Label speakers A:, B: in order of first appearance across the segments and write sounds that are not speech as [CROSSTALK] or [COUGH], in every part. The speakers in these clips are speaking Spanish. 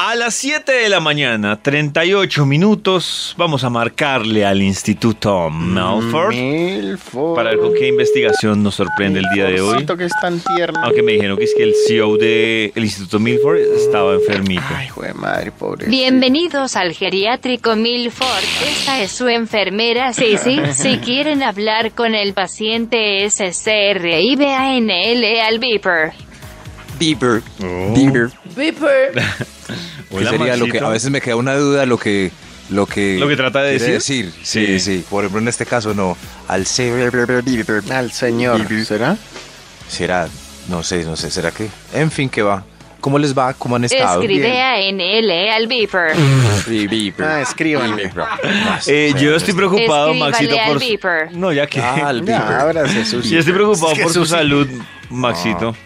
A: A las 7 de la mañana, 38 minutos, vamos a marcarle al Instituto Melford
B: Milford.
A: para ver con qué investigación nos sorprende el día de hoy.
B: Milfordcito que es tan tierno.
A: Aunque me dijeron que es que el CEO del Instituto Milford estaba enfermito.
B: Ay, hijo de madre, pobre.
C: Bienvenidos al geriátrico Milford. Esta es su enfermera Sisi. Si quieren hablar con el paciente SCRIBANL E al Beeper.
D: Bieber. Bieber. Que
A: Oh, Hola,
D: pues sería lo que
A: Maxito.
D: a veces me queda una duda lo que lo que
A: Lo que trata de
D: quiere
A: decir. Sí.
D: Sí, sí, Por ejemplo, en este caso no, al ser
B: Al señor,
D: Milford.
B: ¿será?
D: será no sé, no sé, será que en fin, ¿qué va? ¿Cómo les va? ¿Cómo han estado?
C: SCRIBANL E al Beeper.
D: Bien. Bieber.
B: Ah, escríbanme.
A: Eh, yo estoy preocupado,
C: Escríbale
A: Maxito,
C: al
A: por...
C: Viper.
A: su- No, ya que... [LAUGHS]
D: Ah, al Bieber.
B: Ya, ábrase, Susi.
A: Yo estoy preocupado
B: Es que
A: por su
B: Susi-
A: salud, Maxito.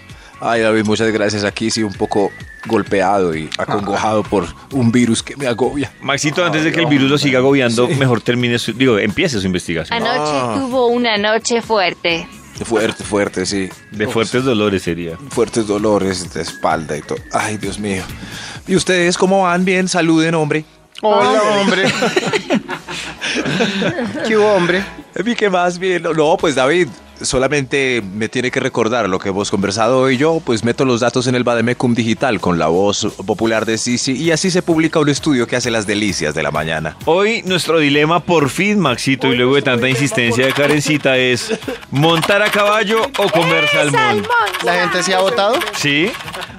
D: Ay, David, muchas gracias. Aquí sí un poco golpeado y acongojado por un virus que me agobia.
A: Maxito, antes de que el virus lo siga agobiando, mejor termine su... Digo, empiece su investigación.
C: Anoche tuvo una noche fuerte.
D: Fuerte, fuerte, sí.
A: De fuertes dolores sería.
D: fuertes dolores de espalda y todo. Ay, Dios mío. ¿Y ustedes cómo van? Bien, saluden, hombre.
B: Hola, hombre. ¿Qué hubo, hombre?
D: Eh, Vi que más bien. No, pues David, solamente me tiene que recordar lo que hemos conversado hoy. Yo, pues meto los datos en el Bademecum digital con la voz popular de Sisi y así se publica un estudio que hace las delicias de la mañana.
A: Hoy nuestro dilema por fin, Maxito, y luego de tanta insistencia de Karencita es montar a caballo o comer salmón.
B: ¿La gente se ha votado?
A: Sí,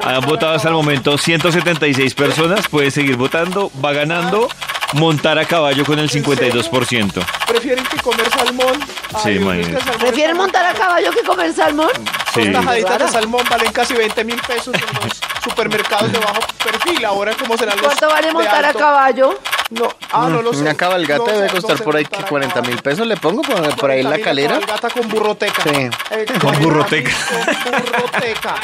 A: han votado hasta el momento 176 personas, puede seguir votando, va ganando montar a caballo con el 52%.
E: Prefieren que comer salmón.
A: Sí,
E: unos
A: imagínate.
E: que salmón
F: ¿Prefieren montar a caballo que comer salmón?
A: Sí.
E: Las tajaditas de
F: Claro.
E: salmón valen casi 20 mil pesos en
A: [LAUGHS]
E: los supermercados de bajo perfil. Ahora, ¿cómo serán los
F: ¿Cuánto vale
E: de
F: montar a
E: alto?
F: caballo?
E: No, ah, no lo sé.
B: Una cabalgata
E: No sé,
B: debe
E: no
B: costar
E: sé
B: por ahí
E: montar a
B: 40 mil
E: caballo.
B: pesos. ¿Le pongo por, por ahí en la
E: 40.000
B: calera?
E: Cabalgata con burroteca.
B: Sí.
E: Eh,
A: Con
E: 40.000
A: burroteca.
E: Con burroteca.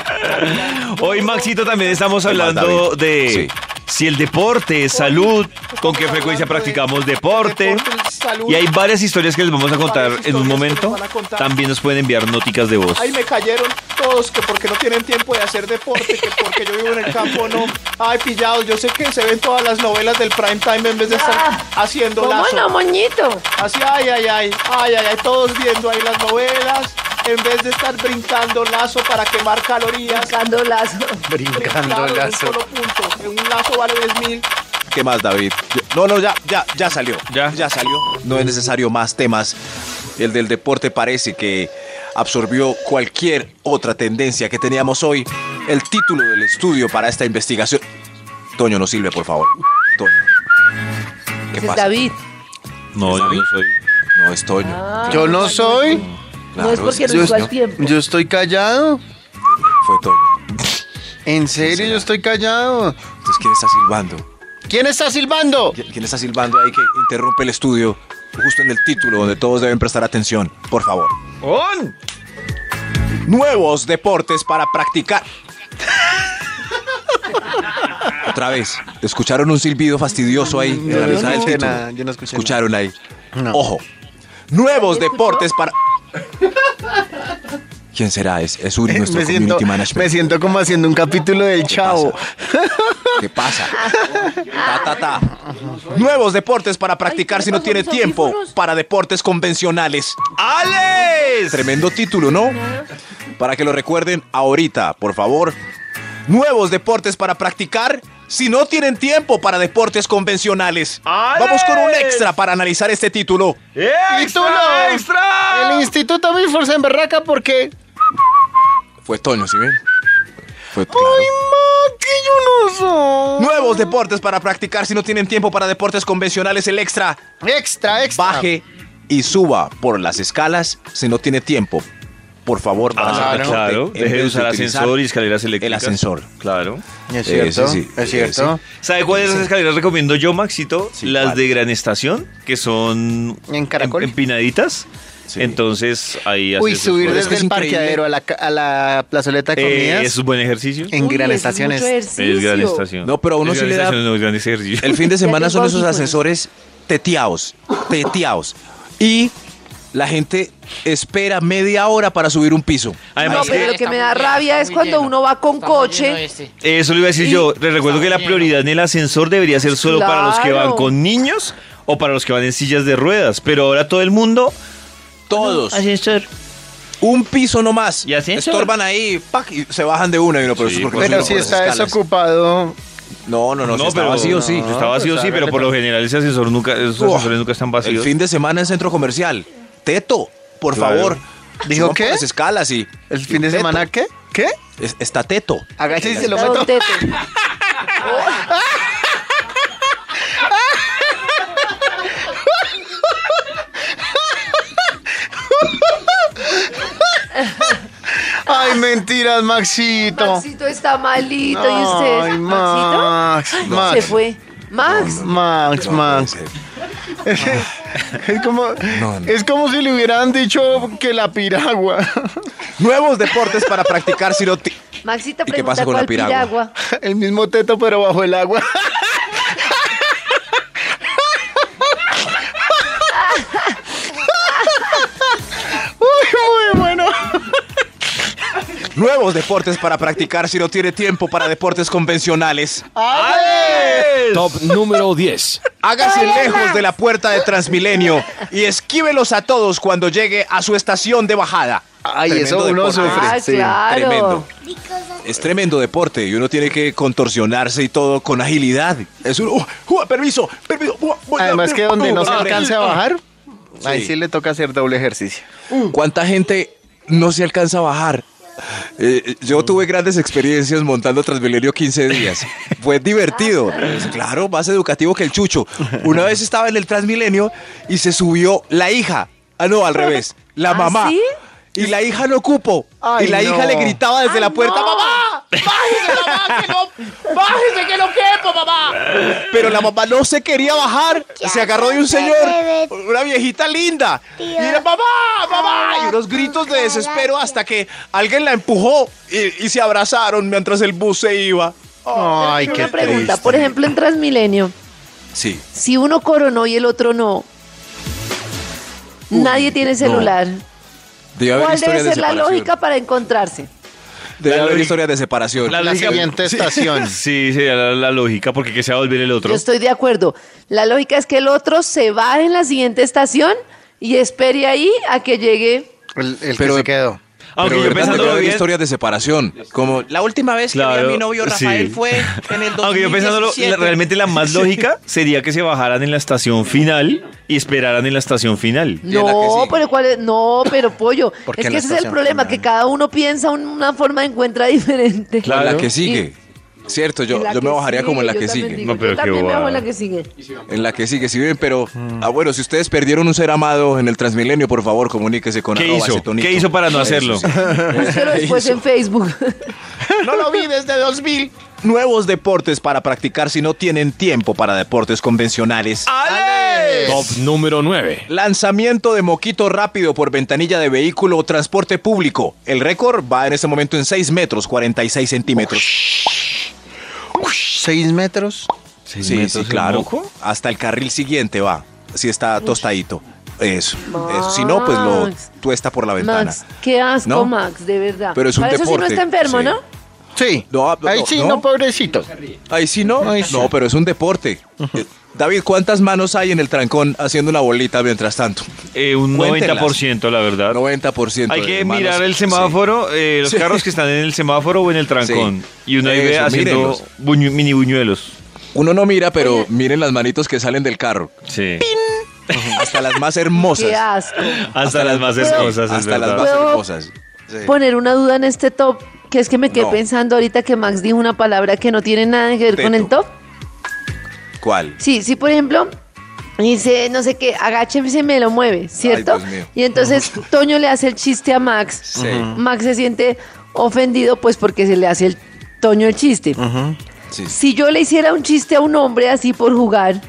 A: Hoy, Maxito, también estamos
D: Además,
A: hablando
D: David,
A: de
D: sí.
A: si el deporte es salud, con qué frecuencia practicamos deporte.
E: Deporte, salud.
A: Y hay varias historias que les vamos a contar
E: Varias
A: en un
E: historias que
A: momento.
E: nos van a contar.
A: También nos pueden enviar noticas de voz.
E: Ay, me cayeron todos que porque no tienen tiempo de hacer deporte, que porque yo vivo en el campo no. Ay, pillados, yo sé que se ven todas las novelas del prime time en vez de estar
F: Ah,
E: haciendo
F: ¿Cómo
E: lazo.
F: no, moñito?
E: Así, ay, ay, ay, ay, ay, ay, todos viendo ahí las novelas en vez de estar brincando lazo para quemar calorías.
F: Sacando lazo.
B: Brincando
E: Claro,
B: lazo.
E: En un solo punto. En un lazo vale 10 mil.
D: ¿Qué más, David? Yo- No, no, ya, ya, ya salió.
A: Ya.
D: ya salió. No es necesario más temas. El del deporte parece que absorbió cualquier otra tendencia que teníamos hoy. El título del estudio para esta investigación. Toño, no sirve, por favor. Toño. ¿Qué
F: Ese es
D: pasa?
F: David.
A: No, yo no soy.
D: No es Toño.
B: Yo Ah, no soy.
F: Ah, No es porque
D: es-
F: no
B: Yo,
F: hizo al tiempo.
B: yo estoy callado.
D: Fue Toño.
B: ¿En serio? Yo estoy callado.
D: Entonces, ¿quién está silbando?
B: ¿Quién está silbando?
D: ¿Qui- ¿Quién está silbando ahí que interrumpe el estudio? Justo en el título donde todos deben prestar atención. Por favor.
A: ¡On!
D: Nuevos deportes para practicar. Otra vez, escucharon un silbido fastidioso ahí en
B: Yo
D: la
B: no
D: mitad del
B: escuché
D: título?
B: nada, yo no escuché
D: Escucharon ahí.
B: No.
D: Ojo. Nuevos deportes para ¿Quién será? Es, es Uri,
B: [LAUGHS]
D: nuestro
B: Me siento,
D: community management.
B: me siento como haciendo un capítulo del Chavo.
D: [LAUGHS] ¿Qué pasa? Ta, ta, ta. Nuevos deportes para practicar
F: ¿qué
D: si no
F: pasó,
D: tiene
F: mis
D: tiempo
F: audífonos?
D: para deportes convencionales.
A: ¡Alex!
D: Tremendo título, ¿no? Para que lo recuerden ahorita, por favor. Nuevos deportes para practicar si no tienen tiempo para deportes convencionales.
A: ¡Ale!
D: Vamos con un extra para analizar este título.
A: ¡Extra!
B: Título.
A: ¡Extra!
B: El Instituto Milford se emberraca porque.
D: Fue Toño, ¿sí ven? Fue Nuevos deportes para practicar si no tienen tiempo para deportes convencionales. El extra.
B: Extra, extra.
D: Baje y suba por las escalas si no tiene tiempo. Por favor, para
A: Ah,
D: hacer
A: claro.
D: deporte, en
A: Deje de
D: vez
A: usar
D: utilizar
A: ascensor y escaleras eléctricas.
D: El ascensor.
A: Claro.
B: Es cierto,
D: Ese sí,
B: es cierto.
A: ¿Sabe cuáles escaleras recomiendo yo, Maxito?
D: Sí,
A: Las
D: ¿cuál?
A: de Gran Estación, que son
B: En caracol.
A: em- empinaditas.
D: Sí.
A: Entonces ahí hace
B: Uy,
A: su
B: subir
A: esfuerzo.
B: desde
D: es
B: el
D: increíble.
B: parqueadero a la, ca- a la plazoleta de
A: Eh,
B: comidas
A: es un buen ejercicio.
B: en
F: Uy,
B: gran
F: eso es
B: estaciones.
F: mucho
A: Es gran
F: ejercicio.
A: estación.
D: No, pero a uno
A: Es
D: sí
A: gran
D: le da-
A: estación, no es gran ejercicio.
D: El fin de semana
F: tengo
D: son esos
F: audífonos.
D: ascensores teteados, teteados. Y la gente espera media hora para subir un piso.
A: [LAUGHS] Además,
F: No,
A: que-
F: pero lo que
G: Está
F: me
G: muy
F: da
G: lleno, está
F: rabia es
G: muy
F: cuando
G: lleno.
F: uno va con
G: Está muy este. lleno
F: coche.
G: ese.
A: Eso le iba a decir yo. Les recuerdo que la prioridad en el ascensor debería ser solo para los que van
F: Claro.
A: con niños o para los que van en sillas de ruedas. Pero ahora todo el mundo.
D: Todos.
A: Ascensor.
D: Un piso nomás.
A: ¿Y ascensor?
D: Estorban ahí, pac, y se bajan de una y uno, pero
A: Sí,
D: eso es porque
A: pues,
D: no
B: Pero
D: suben
B: si
D: por las
B: está
D: escalas.
B: desocupado.
D: No, no, no, si está vacío, sí.
A: Está vacío,
B: pues,
A: sí, pero por lo general ese ascensor nunca, esos
D: Uah,
A: ascensores nunca están
D: El
A: vacíos.
D: fin de semana en centro comercial. Teto, por
A: Claro.
D: favor.
B: ¿Dijo
D: Suban por
B: qué?
D: Las escalas y.
B: ¿El fin de
D: Teto.
B: semana qué? ¿Qué?
D: Es- está teto.
B: Agáchese y se lo
F: Está
B: meto.
F: don Tete.
B: Ay, mentiras, Maxito.
F: Maxito está malito y usted.
B: Ay,
F: Maxito.
B: Max.
F: Se
B: Max.
F: fue. Max.
B: Max, Max. [LAUGHS] Es como,
D: No, no.
B: es como si le hubieran dicho que la piragua. [LAUGHS]
D: Nuevos deportes para practicar siroti.
F: Maxito
D: qué
F: pregunta
D: pasa con la
F: cuál
D: piragua?
B: El mismo teto, pero bajo el agua. [LAUGHS] Uy, muy bueno.
D: Nuevos deportes para practicar si no tiene tiempo para deportes convencionales.
H: Top número 10.
D: Hágase lejos de la puerta de Transmilenio y esquívelos a todos cuando llegue a su estación de bajada.
B: Ay,
D: Tremendo
B: eso uno
D: deporte.
B: sufre.
F: Ah,
B: sí.
F: claro.
D: Tremendo. Es tremendo deporte y uno tiene que contorsionarse y todo con agilidad. Es un... ¡Uh! ¡Uh! permiso, permiso. ¡Uh! voy a-
B: Además que donde no se
D: Ah,
B: alcance a bajar, ahí
D: Sí.
B: sí le toca hacer doble ejercicio.
D: uh. ¿Cuánta gente no se alcanza a bajar? Eh, yo tuve grandes experiencias montando Transmilenio 15 días. Fue divertido. Es, claro, más educativo que el chucho. Una vez estaba en el Transmilenio y se subió la hija. Ah, no, al revés. La
F: ¿Ah,
D: mamá.
F: sí?
D: Y la hija no cupo.
B: Ay,
D: y la
B: no.
D: hija le gritaba desde
F: Ay,
D: la puerta,
F: no.
D: ¡mamá!
G: ¡Bájese, mamá! Que no, ¡Bájese, que no quepo, mamá!
D: Pero la mamá no se quería bajar. Se agarró de un señor, una viejita linda. Y era mamá, mamá. Y unos gritos de desespero hasta que alguien la empujó y, y se abrazaron mientras el bus se iba.
B: Ay,
F: Una
B: qué
F: pregunta.
B: triste.
F: Por ejemplo, en Transmilenio,
D: Sí.
F: si uno coronó y el otro no, nadie tiene celular.
D: Debe haber
F: ¿Cuál debe
D: historias de
F: ser la
D: separación.
F: lógica para encontrarse?
D: Debe
A: La
D: haber
A: lógica.
D: historias de separación.
A: La
B: La
A: lógica-
B: siguiente estación.
A: [LAUGHS] Sí, sería la, la lógica, porque que se va a volver el otro.
F: Yo estoy de acuerdo. La lógica es que el otro se va en la siguiente estación y espere ahí a que llegue.
B: El, el
D: Pero-
B: que se quedó.
A: Aunque
D: Pero
A: yo
D: verdad, debe
A: pensándolo
D: haber
A: bien.
D: historias de separación. Como la última vez
A: Claro, sí.
D: en el
A: [LAUGHS] Aunque yo pensándolo, la- realmente la
D: [LAUGHS]
A: más lógica sería que se bajaran en la estación final y esperaran en la estación final.
D: Y en la que
F: No,
D: sigue.
F: pero cuál es? no, pero
D: [CLEARS THROAT]
F: pollo.
B: ¿Por qué
F: Es
B: en
F: que
B: la
F: ese es el
B: estación
F: problema,
B: final?
F: que cada uno piensa un- una forma encuentra diferente.
D: La,
A: Claro.
D: que sigue. Cierto, yo, yo me bajaría como en la que sigue.
A: No,
F: No,
A: pero qué
F: pero yo también me
A: guau.
F: bajo en la
D: [LAUGHS]
F: que sigue.
D: En la que sigue, si bien, pero. Ah, bueno, si ustedes perdieron un ser amado en el Transmilenio, por favor, comuníquese con
A: ¿Qué
D: arroba
A: hizo?
D: ese tonito.
A: ¿Qué hizo para no
D: Eso
A: hacerlo? [LAUGHS]
D: sí.
F: Búsquelo después en Facebook.
D: No lo vi desde 2000. Nuevos deportes para practicar si no tienen tiempo para deportes convencionales.
A: Ah.
H: Top número 9.
D: Lanzamiento de moquito rápido por ventanilla de vehículo o transporte público. El récord va en este momento en 6 metros 46 centímetros.
B: Seis metros.
A: ¿Seis
D: sí,
A: metros
D: sí,
A: el
D: claro.
A: moco?
D: Hasta el carril siguiente va. Si está tostadito. Eso. eso. Si no, pues lo
F: Max.
D: tuesta por la ventana.
F: Max, qué asco,
D: ¿No?
F: Max, de verdad.
D: Pero es un
F: Para eso sí no
D: deporte,
F: está enfermo,
D: sí.
F: ¿no?
B: Sí.
D: No, no,
B: Ahí sí,
D: no.
B: no, pobrecito.
D: Ay, sí, no.
B: Ay, sí.
D: No, pero es un deporte. Eh, David, ¿cuántas manos hay en el trancón haciendo una bolita mientras tanto?
A: Eh, un
D: Cuéntelas.
A: 90%, la verdad.
D: 90%.
A: Hay
D: de
A: que
D: manos.
A: mirar el
D: Sí.
A: semáforo, eh, los
D: Sí.
A: carros que están en el semáforo o en el trancón. Y uno ahí ve
D: Eso,
A: haciendo
D: mírenlos.
A: buñu- mini buñuelos.
D: Uno no mira, pero miren las manitos que salen del carro.
A: Sí.
D: Hasta las más hermosas.
F: Qué asco.
A: Hasta, las más
F: Pero-
A: hermosas, es
D: Hasta las
A: verdad.
D: más
F: Puedo-
D: hermosas.
F: Poner una duda en este top, que es que me quedé
D: No.
F: pensando ahorita que Max dijo una palabra que no tiene nada que ver con el
D: Teto.
F: top.
D: ¿Cuál?
F: Sí, sí, por ejemplo, dice, no sé qué, agácheme, se me lo mueve, ¿cierto?
D: Dios mío. [LAUGHS]
F: y entonces Toño le hace el chiste a Max.
D: Sí.
F: Max se siente ofendido, pues porque se le hace el Toño el chiste.
D: Sí.
F: Si yo le hiciera un chiste a un hombre así por jugar,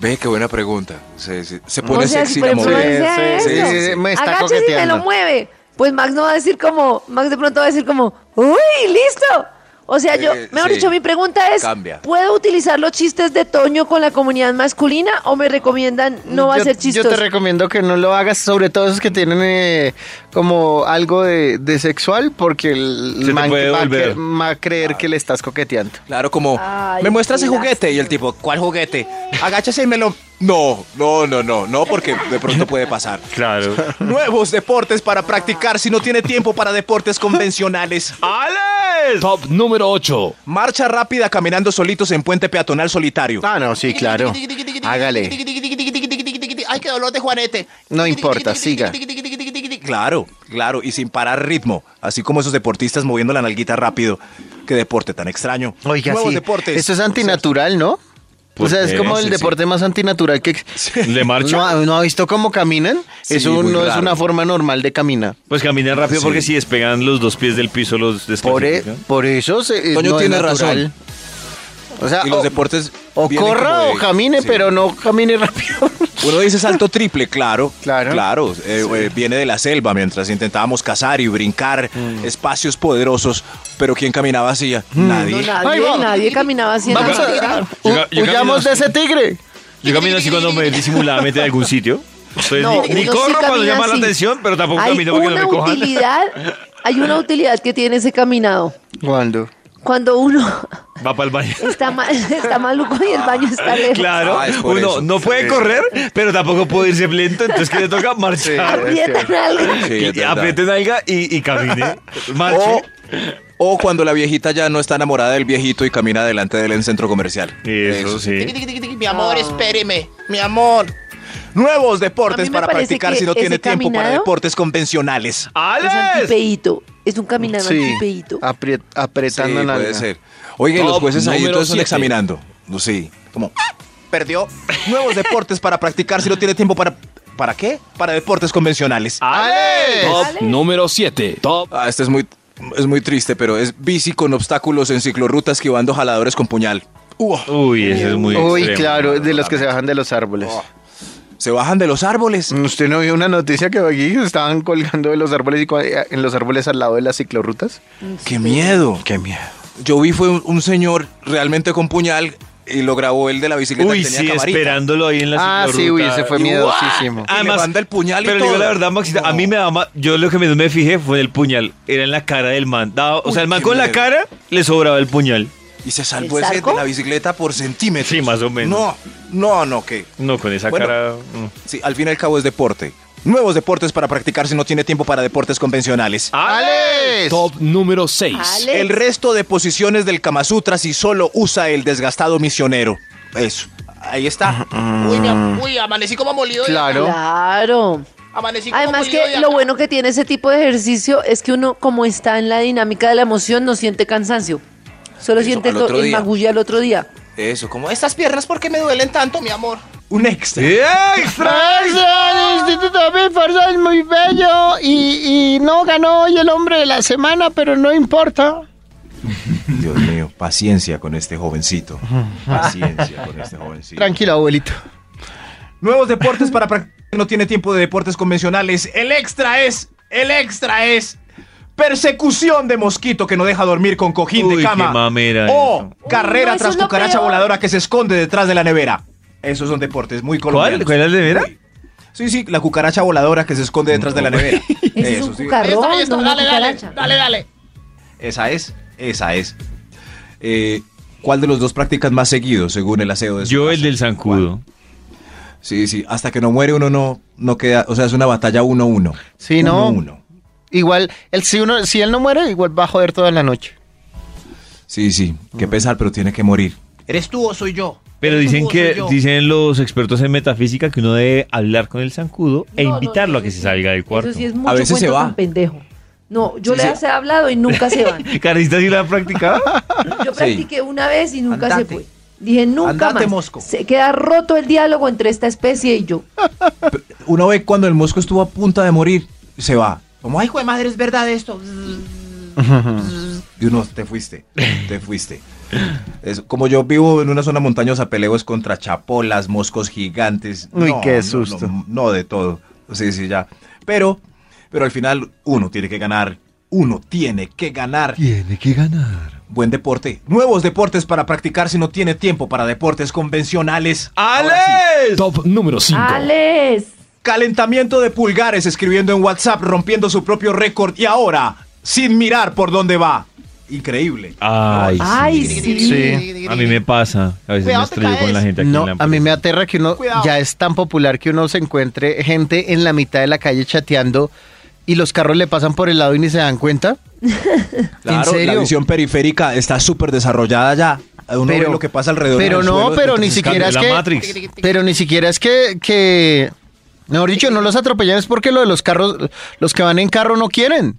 D: Ve, qué buena pregunta. Sí, sí. Se pone
F: o sea,
D: sexy
F: si por
D: la
F: ejemplo
D: movida.
F: le dice
B: Sí,
F: eso,
B: sí, sí, me está
F: agáchese y me
B: coqueteando.
F: lo mueve, pues Max no va a decir como, Max de pronto va a decir como, uy, listo. O sea, yo,
D: Eh,
F: mejor
D: sí.
F: dicho, mi pregunta es,
D: Cambia.
F: ¿puedo utilizar los chistes de Toño con la comunidad masculina o me recomiendan no va a
B: Yo-
F: ser
B: Yo te
F: chistoso?
B: recomiendo que no lo hagas, sobre todo esos que tienen eh, como algo de, de sexual, porque el
A: Se te puede
B: va, a
A: volver.
B: cre- va a creer que le estás coqueteando.
D: Claro, como,
F: Ay,
D: ¿me muestras el
F: qué
D: juguete? Y el tipo, ¿cuál juguete? Agáchase y me lo... No, no, no, no, no, porque de pronto puede pasar.
A: Claro.
D: Nuevos deportes para practicar si no tiene tiempo para deportes [LAUGHS] convencionales.
A: ¡Alex!
H: Top número 8.
D: Marcha rápida caminando solitos en puente peatonal solitario.
B: Ah, no, sí, claro. Hágale.
G: Ay, qué dolor de Juanete.
B: No importa, siga.
D: Claro, claro, y sin parar ritmo, así como esos deportistas moviendo la nalguita rápido. Qué deporte tan extraño.
B: Oiga,
D: Nuevos
B: sí.
D: deportes.
B: Eso es antinatural, ¿no? O
A: Pues,
B: sea, es
A: eh,
B: como
A: sí,
B: el
A: sí.
B: deporte más antinatural que...
A: ¿Le marcho?
B: ¿No, ha- no ha visto cómo caminan?
D: Sí,
B: Eso
D: muy
B: no es
D: raro.
B: una forma normal de caminar.
A: Pues caminan rápido
D: Sí.
A: porque si despegan los dos pies del piso los
B: Por, e-
A: descalifican.
B: por eso se, eh,
D: Pues Toño
B: no es
D: tiene
B: natural.
D: razón.
B: O sea,
D: Y los
B: o-
D: deportes.
B: o
D: vienen
B: corra
D: como de-
B: o camine,
D: sí.
B: pero no camine [LAUGHS] rápido.
D: Uno dice salto triple, claro.
B: Claro.
D: Claro, eh, eh, viene de la selva mientras intentábamos cazar y brincar espacios poderosos, pero ¿quién caminaba así? Nadie.
F: No,
B: Ahí
F: nadie,
B: va.
F: nadie caminaba así. en
B: Vamos
F: la
B: a
F: carretera.
A: Yo ca- yo
B: huyamos
A: camino
B: de ese tigre.
A: Yo camino así cuando me disimuladamente de algún sitio. Entonces,
F: No,
A: Pues ni, ni
F: uno sí
A: corro cuando
F: camina
A: llama la
F: así.
A: atención, pero tampoco
F: hay
A: camino porque no
F: una
A: me cojan.
F: utilidad, hay una utilidad que tiene ese caminado.
B: ¿Cuándo?
F: Cuando uno
A: [LAUGHS]
F: [LAUGHS]
A: Va para el baño.
F: está mal, está maluco y el baño está lejos.
A: Claro,
D: Ah, es por
A: uno
D: eso.
A: no puede correr, pero tampoco puede irse lento, entonces que le toca marchar.
F: Aprietan algo.
D: Sí, es
A: y
D: verdad. Oh.
A: aprieten alga y, y
D: [LAUGHS]
A: camine. Marche.
D: O, o cuando la viejita ya no está enamorada del viejito y camina delante de él en centro comercial.
A: Eso sí.
G: Mi amor, espéreme. Mi amor.
D: Nuevos
F: A
D: deportes
F: mí me
D: para
F: parece
D: practicar
F: que
D: si no
F: ese
D: tiene tiempo para
F: caminado-
D: deportes convencionales.
F: Es
A: ¡Alex!
F: antipeíto. Es un caminado antipeíto.
D: Ah,
B: apri-
D: Sí,
B: apretando la
D: puede ser. Oigan, los
H: Top
D: jueces ahí
H: número
D: entonces son
H: siete.
D: examinando. No, Sí, como "Ah, perdió. Nuevos deportes para practicar si no tiene tiempo para ¿para qué? Para deportes convencionales.
A: Ah. ¡Alex!
H: Top número 7. Top.
D: Ah, este es muy es muy triste, pero es bici con obstáculos en ciclorruta esquivando jaladores con puñal.
A: Uy, eso es muy
B: Uy,
A: extremo. Oh.
B: claro, de los que se bajan de los árboles.
D: Se bajan de los árboles.
B: Mm, ¿Usted no vio una noticia que aquí estaban colgando de los árboles y cua- eh, en los árboles al lado de las ciclorrutas?
F: Mm,
D: ¡Qué miedo!
B: Qué miedo.
D: Yo vi fue un, un señor realmente con puñal y lo grabó él de la bicicleta
A: Uy,
D: tenía
A: sí,
D: camarita.
A: esperándolo ahí en la
B: Ah, sí, uy,
A: ciclorruta.
B: ese fue
D: Y
B: miedosísimo.
D: ¡guau! Y le manda el puñal y
A: pero le digo
D: todo.
A: la verdad, Maxita, a mí me da más. Yo lo que menos me fijé fue el puñal. Era en la cara del man. Daba- o
D: Uy,
A: sea, el man
D: qué
A: con la
D: miedo.
A: cara le sobraba el puñal.
D: Y se salvó
F: ¿El
D: ese de
F: sarco?
D: la bicicleta por centímetros.
A: Sí, más o menos.
D: No, no, no, que
A: No, con esa
D: Bueno.
A: cara. mm.
D: Sí, al fin y al cabo es deporte. Nuevos deportes para practicar si no tiene tiempo para deportes convencionales.
B: Ah. ¡Alex!
H: Top número 6.
F: Alex,
D: pues, El resto de posiciones del Kama Sutra si solo usa el desgastado misionero. Eso. Ahí está.
G: Uy, mi am- uy, amanecí como molido. de-
B: Mm. Claro.
F: Claro.
G: Amanecí como
F: Además
G: molido
F: que
G: de
F: lo
G: acá.
F: bueno que tiene ese tipo de ejercicio es que uno, como está en la dinámica de la emoción, no siente cansancio. Solo
D: Eso,
F: siente
D: al
F: to-
D: otro
F: el
D: día.
F: magullo al otro día.
D: Eso, como es
G: Estas piernas, ¿por qué me duelen tanto, mi amor?
D: un extra.
E: Gracias, Instituto David Farsal, muy bello. Y, y no ganó hoy el hombre de la semana, pero no importa.
D: Dios mío, paciencia con este jovencito. Paciencia con este jovencito.
E: Tranquilo, abuelito.
D: Nuevos deportes para practicar si no tiene tiempo de deportes convencionales. El extra es, el extra es persecución de mosquito que no deja dormir con cojín
A: Uy,
D: de
A: qué
D: cama.
A: mamera
D: o
A: eso.
D: carrera
F: no, eso
D: tras
F: es lo
D: cucaracha
F: peor.
D: voladora que se esconde detrás de la nevera. Esos son deportes muy colombianos.
A: ¿Cuál es de vera?
D: Sí, sí, la cucaracha voladora que se esconde detrás de la nevera.
F: Ese es un
D: sí.
G: Ahí
F: cucarrón,
G: está, ahí está.
F: no una
G: Dale, dale,
F: cucaracha.
G: dale, dale.
D: Esa es, esa es. Eh, ¿Cuál de los dos practicas más seguido según el aseo de su
A: Yo el
D: casa?
A: del zancudo.
D: Sí, sí, hasta que no muere uno no, no queda, o sea, es una batalla 1-1. Uno, uno.
E: Sí, ¿no?
D: Uno, uno.
E: Igual, él, si, uno, si él no muere, igual va a joder toda la noche.
D: Sí, sí, qué
E: Ah.
D: pesar, pero tiene que morir.
G: ¿Eres tú o soy yo?
A: Pero
G: ¿Eres tú
A: dicen
G: o soy
A: que
G: yo?
A: dicen los expertos en metafísica que uno debe hablar con el zancudo e
F: No, no,
A: invitarlo
F: no,
A: a que
F: eso
A: se
F: sí.
A: salga del cuarto.
F: Eso sí es mucho
D: A veces se
F: cuento
D: va.
F: tan pendejo. No, yo
D: Sí,
F: les
D: se-
F: he hablado y nunca se van.
A: ¿Carista sí la ha practicado?
F: Yo
D: Sí.
F: practiqué una vez y nunca
D: Andate.
F: se fue. Dije, nunca
D: Andate,
F: más.
D: mosco.
F: Se queda roto el diálogo entre esta especie y yo.
D: Uno ve cuando el mosco estuvo a punto de morir, se va. Como, ay,
G: Hijo de madre, es verdad esto.
D: Y uno, te fuiste, te fuiste. Es- como yo vivo en una zona montañosa, peleo es contra chapolas, moscos gigantes.
B: Uy, qué susto.
D: No, no, de todo. Sí, sí, ya. Pero, pero al final uno tiene que ganar uno tiene que ganar.
I: Tiene que ganar.
D: Buen deporte. Nuevos deportes para practicar si no tiene tiempo para deportes convencionales. Ahora sí.
A: ¡Alex!
E: Top número 5.
F: Alex.
D: Calentamiento de pulgares escribiendo en WhatsApp, rompiendo su propio récord y ahora, sin mirar por dónde va. Increíble.
A: Ay,
J: Ah,
A: sí.
F: Ay, sí.
A: Sí, a mí me pasa. A veces
K: Cuidado,
A: me
K: te
A: estrello con la
K: caes.
A: gente aquí
J: No,
A: en la
J: a mí me aterra que uno
K: Cuidado.
J: ya es tan popular que uno se encuentre gente en la mitad de la calle chateando y los carros le pasan por el lado y ni se dan cuenta.
D: Claro, la
J: serio?
D: visión periférica está súper desarrollada ya. Uno ve lo que pasa alrededor.
J: Pero
D: del
J: no,
D: suelo,
J: pero ni
D: entonces,
J: siquiera
A: de
J: es
A: la
J: que.
A: Matrix.
J: Pero ni siquiera es que. que mejor dicho, no los atropellan es porque lo de los carros, los que van en carro no quieren.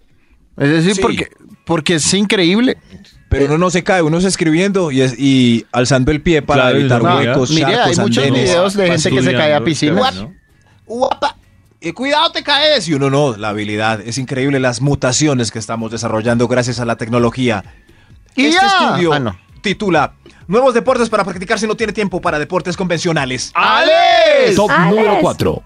J: Es decir,
D: Sí.
J: porque, porque es increíble. eh,
D: Pero uno no se cae, uno es escribiendo y, es- y alzando el pie para
A: Claro,
D: evitar
A: y no,
D: huecos,
J: Ah, mire,
D: charcos,
J: hay muchos
D: andenes.
J: videos de
A: Va
J: gente que se
A: estudiando,
J: cae a
A: claro,
J: piscinas.
A: ¿no?
D: Guapa. Eh, cuidado, te caes. Y uno no, la habilidad. Es increíble las mutaciones que estamos desarrollando gracias a la tecnología.
J: Y
D: este
J: ya.
D: estudio
J: Ah, no.
D: titula Nuevos deportes para practicar si no tiene tiempo para deportes convencionales.
A: ¡Alex!
E: Top
F: Alex.
E: número 4.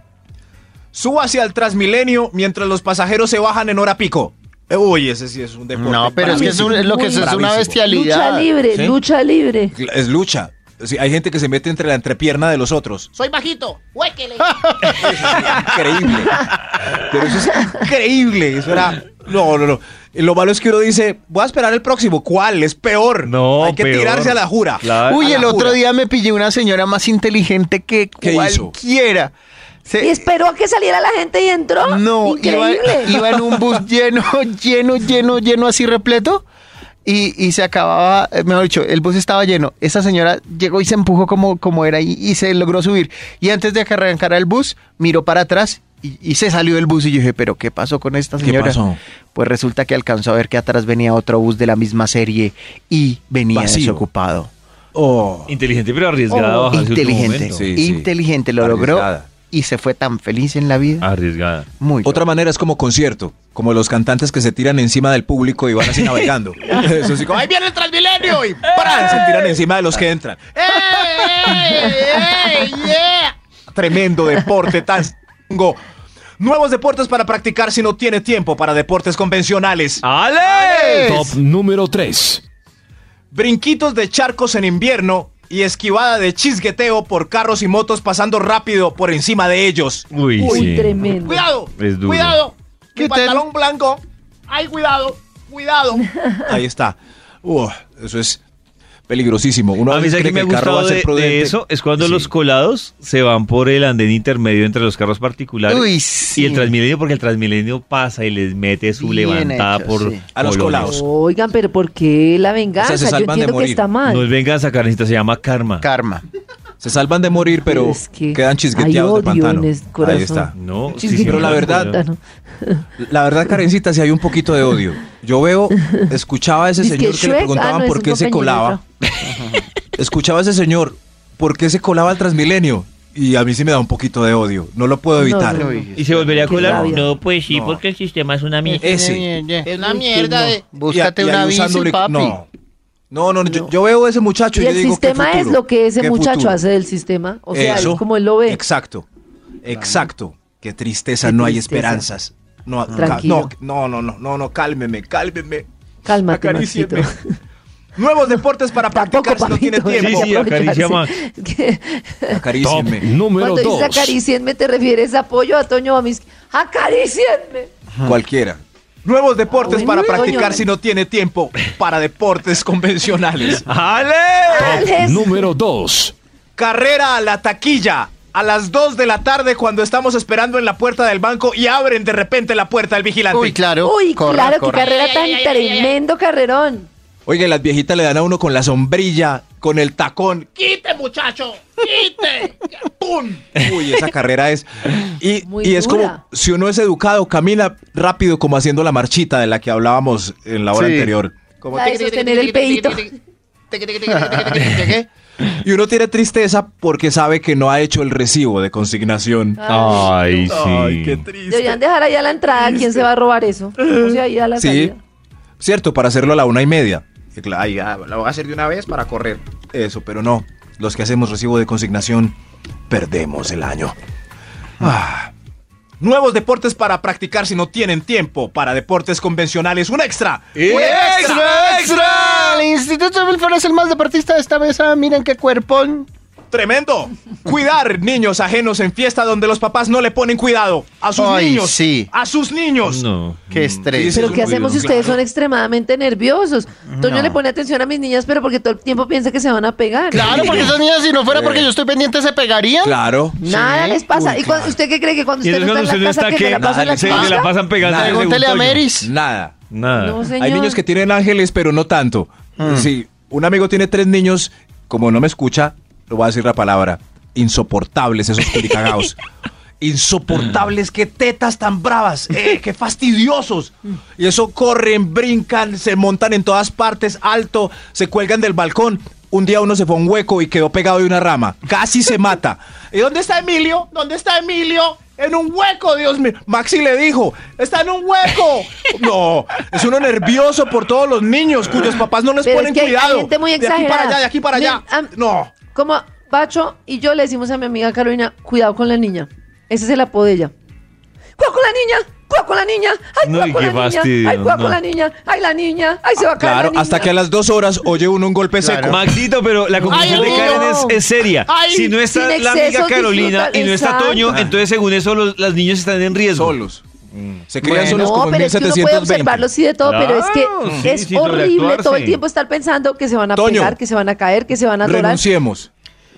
D: Suba hacia el Transmilenio mientras los pasajeros se bajan en hora pico. Eh, Uy, ese sí es un deporte.
J: No, pero es que es,
D: bravísimo.
J: un- es lo que es, es una
D: Bravísimo.
J: bestialidad.
F: Lucha libre,
D: ¿Sí?
F: lucha libre.
D: Es lucha. Sí, hay gente que se mete entre la entrepierna de los otros.
B: Soy bajito. Huéquele.
D: [LAUGHS] increíble. Pero eso es increíble. Eso era. No, no, no. Lo malo es que uno dice, voy a esperar el próximo. ¿Cuál? Es peor.
A: No,
D: Hay que
A: peor.
D: tirarse a la jura.
A: Claro.
J: Uy,
D: A la
J: el otro
D: jura.
J: día me pillé una señora más inteligente que
D: ¿Qué hizo?
J: cualquiera. Se-
D: Eh.
F: Y esperó a que saliera la gente y entró.
J: No, iba,
F: increíble.
J: iba en un bus lleno, [LAUGHS] lleno, lleno, lleno, así repleto. Y, y se acababa, eh, mejor dicho, el bus estaba lleno. Esa señora llegó y se empujó como, como era y, y se logró subir. Y antes de que arrancara el bus, miró para atrás y, y se salió del bus. Y yo dije, ¿pero qué pasó con esta
D: ¿Qué
J: señora?
D: pasó?
J: Pues resulta que alcanzó a ver que atrás venía otro bus de la misma serie y venía
D: Vacío.
J: desocupado.
D: Oh.
A: Inteligente, pero arriesgada. bajarse último
J: inteligente,
A: momento.
D: Sí, sí.
J: inteligente, lo logró
D: Arriesgada.
J: y se fue tan feliz en la vida.
A: Arriesgada.
J: Muy
D: Ah. Otra manera es como concierto, como los cantantes que se tiran encima del público y van así navegando. [LAUGHS] Eso sí, como, ¡ay, viene el Transmilenio! Y [LAUGHS] ¡Eh! ¡pran! Se tiran encima de los que [LAUGHS] entran.
B: ¡Ey,
D: ¡Eh!
B: ey, ey, yeah!
D: Tremendo deporte, tan [LAUGHS] chungo. Nuevos deportes para practicar si no tiene tiempo para deportes convencionales.
A: ¡Alex!
E: Top número 3.
D: Brinquitos de charcos en invierno y esquivada de chisgueteo por carros y motos pasando rápido por encima de ellos.
A: Uy,
F: Uy,
A: sí.
F: tremendo.
B: Cuidado.
A: Es duro.
B: Cuidado.
J: ¿Qué
B: Mi
J: tal?
B: pantalón blanco. Ay, cuidado. Cuidado.
D: [LAUGHS] Ahí está. Uf, eso es peligrosísimo. Uno
A: A mí
D: veces
A: ¿sabe
D: cree
A: que me ha
D: el carro va a
A: gustado
D: ser
A: de, de
D: prudente.
A: eso es cuando
D: Sí.
A: los colados se van por el andén intermedio entre los carros particulares
J: Uy, sí.
A: y el Transmilenio porque el Transmilenio pasa y les mete su
J: Bien
A: levantada
J: hecho,
A: por
J: sí.
D: A los
A: Polonia.
D: colados.
F: Oigan, pero ¿por qué la venganza?
D: O sea, se
F: Yo
D: salvan de
F: entiendo que
D: morir.
F: está mal.
A: Nos vengan a sacar, necesita, se llama karma.
J: karma.
D: Se salvan de morir, pero
F: Es que
D: quedan
F: hay
D: chisgueteados de
F: odio
D: pantano.
F: en el corazón.
D: Ahí está.
A: no,
F: Sí,
D: sí,
F: sí,
D: pero la
F: sí,
D: verdad-
F: puta, ¿no?
D: La verdad, Karencita, si hay un poquito de odio. Yo
F: [LAUGHS]
D: veo, escuchaba a ese
F: Dice
D: señor que, le
F: Shrek,
D: preguntaban
F: ah, no,
D: por
F: es
D: qué
F: un
D: se
F: compañero [LAUGHS]
D: colaba. Escuchaba a ese señor por qué se colaba al Transmilenio. Y a mí sí me da un poquito de odio. No lo puedo
F: No,
D: evitar.
F: no, no.
A: ¿Y se volvería a
F: Qué
A: colar?
F: rabia.
A: No, pues sí, porque el sistema es una mierda.
D: Ese.
B: Es una mierda de.
J: Búscate
D: Y- y ahí
J: una bici,
D: usándole-
J: papi.
D: No. No, no, no, Yo, yo veo a ese muchacho y,
F: Y
D: yo
F: el
D: digo, ¿qué
F: sistema es
D: futuro?
F: lo que ese
D: ¿Qué
F: muchacho
D: futuro?
F: hace del sistema. O sea,
D: Eso.
F: es como él lo ve.
D: Exacto, exacto. Qué tristeza,
F: Qué
D: no hay
F: tristeza.
D: esperanzas. No, ca-
F: Tranquilo.
D: no, no, no, no, no, no, cálmeme, cálmeme.
F: Cálmate,
D: Acarícieme.
F: Maxito.
D: [LAUGHS] Nuevos deportes para practicar si no tiene
F: ¿eh?
A: Sí,
D: tiempo.
A: sí, acaricia más.
F: [LAUGHS]
E: Top
D: Acarícieme.
E: número
F: Cuando dices
E: 2.
F: acaricienme, ¿te refieres a Pollo, a Toño o a mis... ¡Acaricienme!
D: Cualquiera. Nuevos deportes
F: Ah,
D: para
F: bueno.
D: practicar
F: Coño.
D: si no tiene tiempo para deportes [LAUGHS] convencionales.
A: ¡Ale!
F: Alex.
E: Número 2.
D: Carrera a la taquilla. A las 2 de la tarde cuando estamos esperando en la puerta del banco y abren de repente la puerta el vigilante.
J: Uy, claro.
F: Uy,
J: corra,
F: claro,
J: corra.
F: qué carrera tan
B: Ay, ay, ay, ay, ay.
F: tremendo carrerón.
D: Oiga, y las viejitas le dan a uno con la sombrilla, con el tacón.
B: Quite, muchacho. Quite. ¡Pum!
D: Uy, esa carrera es. Y,
F: Muy
D: y es
F: dura.
D: como, si uno es educado, camina rápido como haciendo la marchita de la que hablábamos en la hora
J: Sí.
D: anterior. Como
F: La de sostener el pedito.
D: tiqueteque. Y uno tiene tristeza porque sabe que no ha hecho el recibo de consignación.
F: Ah,
A: Ay, sí.
D: Ay, qué triste.
F: Deberían dejar allá la entrada. ¿Quién se va a
D: [LAUGHS]
F: robar eso? O sea, ahí a la
D: Sí,
F: salida.
D: cierto, para hacerlo a la una y media. Y cla- ay, ah, la voy a hacer de una vez para correr. Eso, pero no. Los que hacemos recibo de consignación, perdemos el año. Ah. Nuevos deportes para practicar si no tienen tiempo. Para deportes convencionales, un extra. ¡Un
B: ¡Extra, extra! El Instituto Milford es el más deportista de esta mesa. Miren qué cuerpón.
D: ¡Tremendo! Cuidar niños ajenos en fiesta donde los papás no le ponen cuidado. A sus
B: Ay,
D: niños.
B: sí.
D: A sus niños.
A: No.
F: Mm.
B: Qué estrés.
D: Sí,
F: Pero
D: sí,
F: ¿qué
D: es un
F: hacemos si
D: ruido,
F: ustedes
D: claro.
F: son extremadamente nerviosos? Toño le pone atención a mis niñas, pero porque todo el tiempo piensa que se van a pegar.
B: Claro, porque esas niñas, si no fuera porque yo estoy pendiente, se pegarían.
D: Claro.
F: Nada
B: Sí,
F: les pasa.
D: uy,
F: ¿Y cuan-
D: claro.
F: usted qué cree que cuando
A: Y
F: usted
A: entonces
F: no
A: cuando
F: está en
A: usted no
F: la casa
A: está,
F: que
A: ¿qué?
F: le la pasan
D: Nada,
F: las
A: Se
D: ¿Pasa?
A: se la
F: cosas?
A: pasan pegando.
D: Nada.
A: en el
B: Pregúntele a
A: segundo año.
B: Meris.
D: Nada.
A: Nada.
F: No, señor.
D: Hay niños que tienen ángeles, pero no tanto. Sí, un amigo tiene tres niños, como no me escucha, le voy a decir la palabra. Insoportables esos culicagaos.
F: Mm.
D: Insoportables, qué tetas tan bravas,
F: [LAUGHS]
D: eh, qué fastidiosos. Y eso corren, brincan, se montan en todas partes, alto, se cuelgan del balcón. Un día uno se fue a un hueco y quedó pegado de una rama. Casi se mata.
E: ¿Y dónde está Emilio? ¿Dónde está Emilio? En un hueco, Dios mío.
D: Maxi le dijo, está en un
F: [LAUGHS]
D: hueco. No, es uno nervioso por todos los niños cuyos papás no les
F: Pero
D: ponen
F: es que hay- hay
D: cuidado.
F: gente muy
D: de aquí para
F: exagerada.
D: allá, de aquí para allá.
F: Ni- am-
D: no.
F: Como Pacho y yo le decimos a mi amiga Carolina, cuidado con la niña. Ese es el apodo de ella. ¡Cuidado con la niña! ¡Cuidado con la niña! ¡Ay,
A: No,
F: cuidado
A: y
F: con
A: qué
F: la niña!
A: fastidio,
F: ¡Ay, cuidado
A: no.
F: con la niña! ¡Ay, la niña! ¡Ay, se va a caer
D: Claro,
F: la
D: hasta
F: niña!
D: que a las dos horas oye uno un golpe seco.
A: Maxito, pero la conclusión
F: Ay,
A: de Karen es,
F: no.
A: es seria.
E: Ay,
A: si no está
F: sin
A: la
F: excesos,
A: amiga Carolina
F: disfruta-
A: y no está
F: Exacto.
D: Ah.
A: Toño, entonces según eso los, las niños están en riesgo.
D: Solos. Se crían
F: No,
D: solos como en
F: pero es que uno puede
D: 1720.
F: observarlos sí de todo, pero es que
A: Claro, sí,
F: es
A: sí,
F: horrible
A: sobreactuarse.
F: todo el tiempo estar pensando que se van a
D: Toño,
F: pegar, que se van a caer, que se van a atorar.
D: Renunciemos.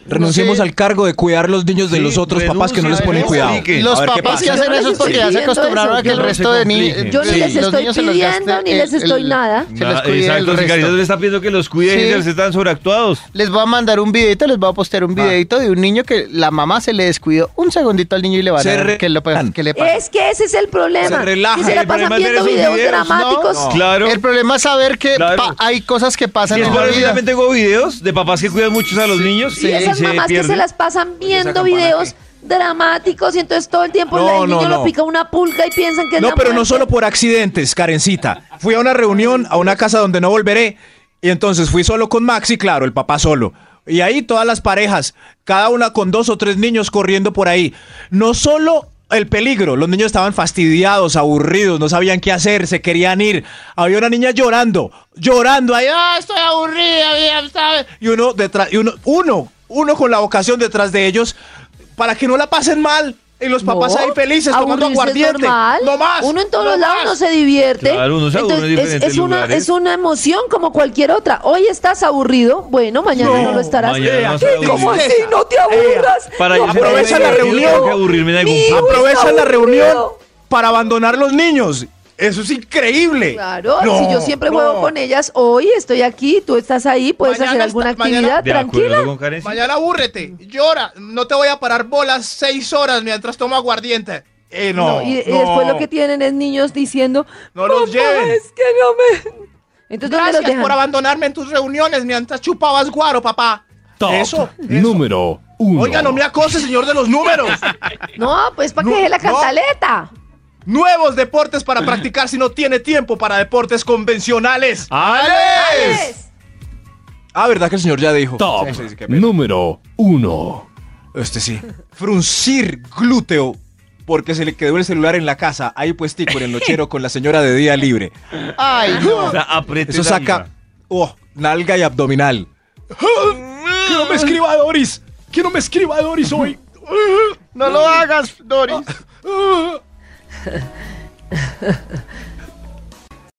D: Renunciemos
B: sé.
D: al cargo de cuidar los niños de
A: Sí,
D: los otros papás que no les
A: renuncia,
D: ponen
A: no
D: cuidado.
A: explique.
B: Los
D: A ver qué
B: papás que
D: pasa.
B: hacen
F: Yo no
B: eso
F: les
B: es porque ya
F: estoy
B: se
F: pidiendo
B: acostumbraron
F: eso,
B: a que el
F: yo no
B: resto de
A: se
B: niños.
A: compliquen. Yo
F: no les estoy pidiendo ni les estoy nada.
B: Se les
A: Nada,
B: cuida el
A: Ah, exacto, si
B: resto.
A: Carita le está pidiendo que los cuide
B: Sí.
A: y ellos están sobreactuados.
B: Les voy a mandar un videito, les voy a postear un videito de un niño que la mamá se le descuidó un segundito al niño y le va a
D: Se
B: dar
D: re-
B: que, lo, que le pasa.
F: Es que ese es el problema.
D: Se relajan.
F: Que se la
D: El
F: pasan
A: problema es ver
F: viendo
A: esos
F: videos,
A: videos, ¿no?
F: dramáticos.
D: No.
A: Claro.
B: El problema es saber que
A: Claro.
B: pa- hay cosas que pasan
A: Si es
B: en
A: por
B: la
A: eso
B: vida.
A: también tengo videos de papás que cuidan muchos a los niños.
F: y esas mamás que se
A: pierden.
F: las pasan viendo
D: campana
F: videos dramáticos y entonces todo el tiempo
D: No,
F: el
D: no,
F: niño
D: no.
F: lo pica una pulga y piensan que es
D: No,
F: la
D: pero no
F: muerte.
D: solo por accidentes, Karencita. Fui a una reunión, a una casa donde no volveré. Y entonces fui solo con Maxi, claro, el papá solo. Y ahí todas las parejas, cada una con dos o tres niños corriendo por ahí. No solo el peligro, los niños estaban fastidiados, aburridos, no sabían qué hacer, se querían ir. Había una niña llorando, llorando, ahí, "Ah, estoy aburrida, ya sabes". Y uno detrás, y uno, uno, uno con la vocación detrás de ellos, para que no la pasen mal. Y los papás
F: No,
D: ahí felices tomando
F: aburrirse es
D: aguardiente.
F: normal.
D: No más.
F: Uno en todos
D: no
F: los lados
D: más.
F: no se divierte.
A: Claro, uno se aburre en
F: Entonces, es-
A: diferentes
F: es, una,
A: lugares.
F: es una emoción como cualquier otra. Hoy estás aburrido, bueno, mañana no,
D: No,
F: lo estarás.
A: mañana no
F: ¿Y
A: estará
F: ¿Cómo
A: aburrido.
F: así? No te aburras.
A: Para
F: no,
A: yo ser
D: aprovecha la
A: divertido,
D: reunión.
A: tengo que aburrirme en algún
F: Mi hijo
A: punto.
D: Aprovecha la
F: aburrido.
D: reunión para abandonar los niños. Eso es increíble.
F: Claro,
D: No,
F: si yo siempre
D: no.
F: juego con ellas, hoy estoy aquí, tú estás ahí, puedes
E: Mañana
F: hacer alguna
E: está- mañana-
F: actividad
A: De
F: tranquila.
A: acuerdo con Karen.
E: Mañana abúrrete, llora. No te voy a parar bolas seis horas mientras tomo aguardiente.
D: Eh, no,
F: No, y, y
D: no.
F: después lo que tienen es niños diciendo,
D: No los
F: "Mamá,
D: lleven".
F: es que no me... Entonces, ¿dónde los
E: Gracias
F: dejan?
E: por abandonarme en tus reuniones mientras chupabas guaro, papá.
H: Top
D: Eso, eso.
H: número uno.
D: Oiga, no me acose, señor de los números.
F: No, pues para
D: No,
F: que deje la
D: no.
F: cantaleta.
D: Nuevos deportes para practicar si no tiene tiempo para deportes convencionales.
A: ¡Ale!
D: Pues, Ah, ¿verdad que el señor ya dijo?
H: Top
D: Sí, sí, sí, qué pena.
H: número uno.
D: Este sí. Fruncir glúteo porque se le quedó el celular en la casa. Ahí puestico en el nochero con la señora de
H: [LAUGHS]
D: día libre.
B: Ay,
A: O
B: no.
A: sea, apriete
D: Eso
A: la
D: saca
A: liga.
D: oh, nalga y
H: [LAUGHS]
D: abdominal. ¡Que no me escriba Doris! ¡Que no me escriba Doris hoy!
B: No lo hagas, Doris.